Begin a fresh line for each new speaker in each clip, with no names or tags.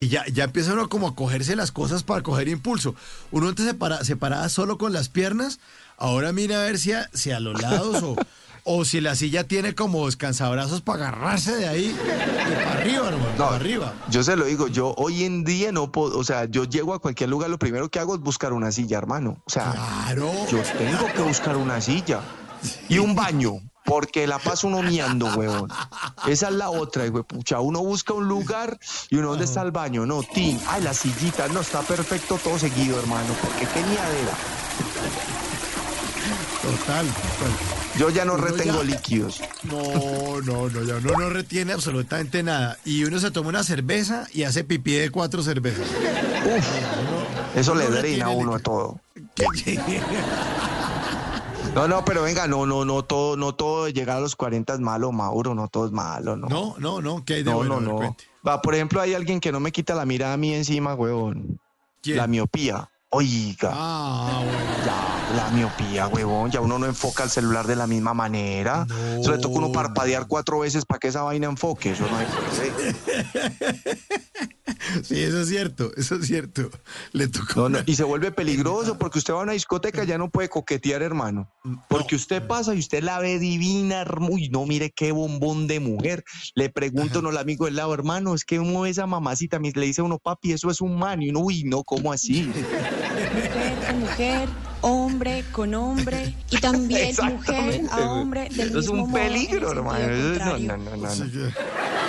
y ya, ya empieza uno como a cogerse las cosas para coger impulso. Uno antes se, para, se paraba solo con las piernas, ahora mira a ver si a, si a los lados o, o si la silla tiene como descansabrazos para agarrarse de ahí y para arriba, hermano,
No,
para arriba.
Yo se lo digo, yo hoy en día no puedo, o sea, yo llego a cualquier lugar, lo primero que hago es buscar una silla, hermano. O sea,
Claro.
yo tengo que buscar una silla y un baño, porque la paso uno miando, huevón. Esa es la otra, güey. Pucha, uno busca un lugar y uno, ¿dónde está el baño? No, tin, ay, la sillita, no, está perfecto todo seguido, hermano, porque qué niadera.
Total, total.
Yo ya no
Uno
retengo
ya-
líquidos.
No, no, no, ya uno no retiene absolutamente nada. Y uno se toma una cerveza y hace pipí de cuatro cervezas.
Uf, eso
uno
le
retiene
drena a uno a
líquido.
todo.
¿Qué?
No, no, pero venga, no, no, no todo, no todo llegar a los 40 es malo, Mauro, no todo es malo, no.
No, no, no, ¿qué hay de
no,
bueno? A
no,
ver,
no.
cuente.
Va, por ejemplo, hay alguien que no me quita la mirada a mí encima, huevón.
¿Quién?
La miopía. Oiga,
Ah, bueno.
ya, la miopía, huevón. Ya uno no enfoca el celular de la misma manera.
No.
Eso le toca uno parpadear cuatro veces para que esa vaina enfoque. Eso no hay puede.
Sí, eso es cierto, eso es cierto. Le tocó.
No, no,
una-
Y se vuelve peligroso porque usted va a una discoteca ya no puede coquetear, hermano. Porque usted pasa y usted la ve divina, hermo- uy, no, mire qué bombón de mujer. Le pregunto uno al amigo del lado, hermano, es que uno ve esa mamacita, me- le dice uno, papi, eso es un man. Y uno, uy, no, ¿cómo así?
mujer a mujer, hombre con hombre y también mujer
Exactamente,
a
güey.
hombre del
Eso es
mismo
un
modo en el
peligro,
sentido
hermano. Eso es- no,
contrario.
no, no, no,
Sí,
no.
que-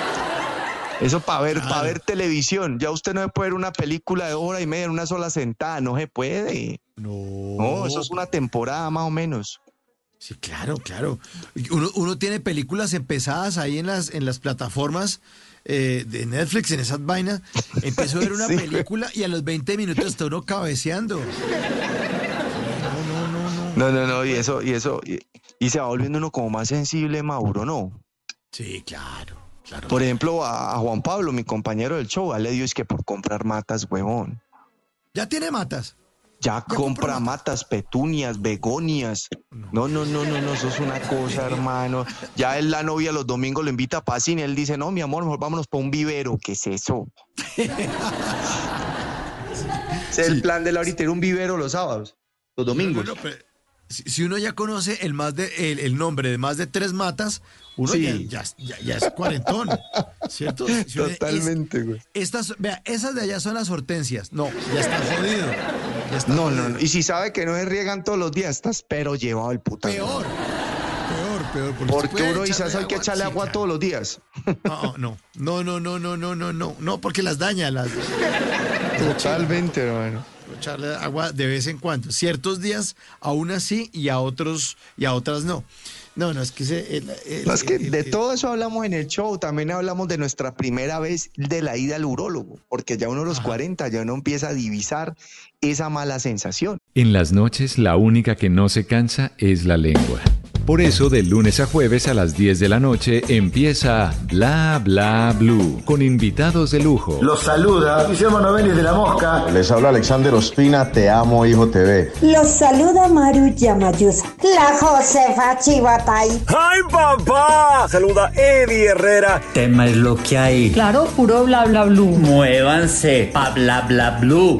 Eso para ver,
Claro.
para ver televisión. Ya usted no se puede ver una película de hora y media en una sola sentada, no se puede.
No.
No, eso es una temporada más o menos.
Sí, claro, claro. Uno, uno tiene películas empezadas ahí en las, en las plataformas eh, de Netflix, en esas vainas. Empezó a ver una
Sí.
película y a los 20 minutos está uno cabeceando.
No, no, no, y eso, y eso, y, y se va volviendo uno como más sensible, Mauro, ¿no?
Sí, claro, claro.
Por ejemplo, a, a Juan Pablo, mi compañero del show, a le dio es que por comprar matas, huevón.
Ya tiene matas.
Ya compra matas, petunias, begonias. No, no, no, no, no, eso es una cosa, hermano. Ya él, la novia los domingos lo invita a pasín y él dice, no, mi amor, mejor vámonos para un vivero. ¿Qué es eso? Ese es el plan de la ahorita, era un vivero los sábados, los domingos.
Bueno, pero si, si uno ya conoce el, más de, el, el nombre de más de tres matas, uno
Sí.
ya, ya- ya- ya es cuarentón, ¿cierto? Si uno- es-
güey.
estas, vea, esas de allá son las hortensias. No, ya está jodido. Ya está
No,
jodido.
no, no. Y si sabe que no se riegan todos los días, estás pero llevado el puta.
Peor. Peor, peor.
Porque uno dice, "Eso hay que echarle agua
todo
todos los días.
No, no, no, no, no, no, no, no, no, no, porque las daña, las
Totalmente, hermano.
echarle agua de vez en cuando, ciertos días a unas sí y a otros y a otras no. No, no, es que se, el- el-
No, es Pues que
el-
de
el-
todo eso hablamos en el show, también hablamos de nuestra primera vez de la ida al urólogo, porque ya uno a los 40 ya uno empieza a divisar esa mala sensación.
En las noches la única que no se cansa es la lengua. Por eso de lunes a jueves a las 10 de la noche empieza Bla Bla Blue con invitados de lujo.
Los saluda Guillermo Novelli de la Mosca.
Les habla Alexander Ospina, Te Amo Hijo TV.
Los saluda Maru Yamayusa, la Josefa Chivatay.
¡Ay, papá! Saluda Eddie Herrera.
Tema es lo que hay.
Claro, puro bla bla blue.
Muévanse. Pa bla bla blue.